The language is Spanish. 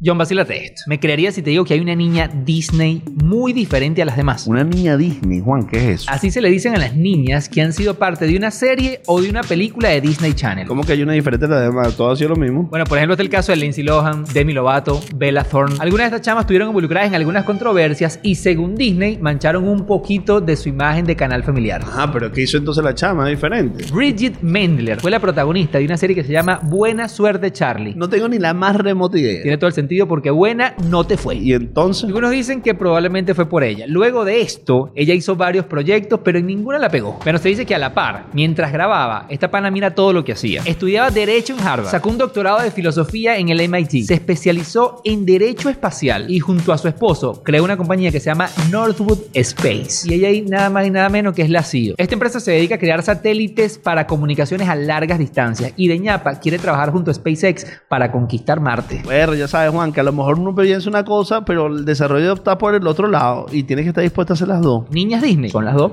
John, vacílate esto. Me creería si te digo que hay una niña Disney muy diferente a las demás. Una niña Disney, Juan, ¿qué es eso? Así se le dicen a las niñas que han sido parte de una serie o de una película de Disney Channel. ¿Cómo que hay una diferente a la demás? Todo ha sido lo mismo. Bueno, por ejemplo, está el caso de Lindsay Lohan, Demi Lovato, Bella Thorne. Algunas de estas chamas estuvieron involucradas en algunas controversias y, según Disney, mancharon un poquito de su imagen de canal familiar. Ajá, pero ¿qué hizo entonces la chama diferente? Bridget Mendler fue la protagonista de una serie que se llama Buena Suerte Charlie. No tengo ni la más remota idea. Tiene todo el sentido porque buena no te fue. Y entonces, Algunos dicen que probablemente fue por ella. Luego de esto, ella hizo varios proyectos, pero en ninguna la pegó. Pero se dice que a la par, mientras grababa, esta pana mira todo lo que hacía. Estudiaba Derecho en Harvard, sacó un doctorado de filosofía en el MIT, se especializó en Derecho Espacial y junto a su esposo creó una compañía que se llama Northwood Space. Y ella ahí nada más y nada menos que es la CEO. Esta empresa se dedica a crear satélites para comunicaciones a largas distancias y de ñapa quiere trabajar junto a SpaceX para conquistar Marte. bueno, ya sabes, Juan, que a lo mejor uno piensa una cosa, pero el desarrollo está por el otro lado y tienes que estar dispuesto a hacer las dos. Niñas Disney, son las dos.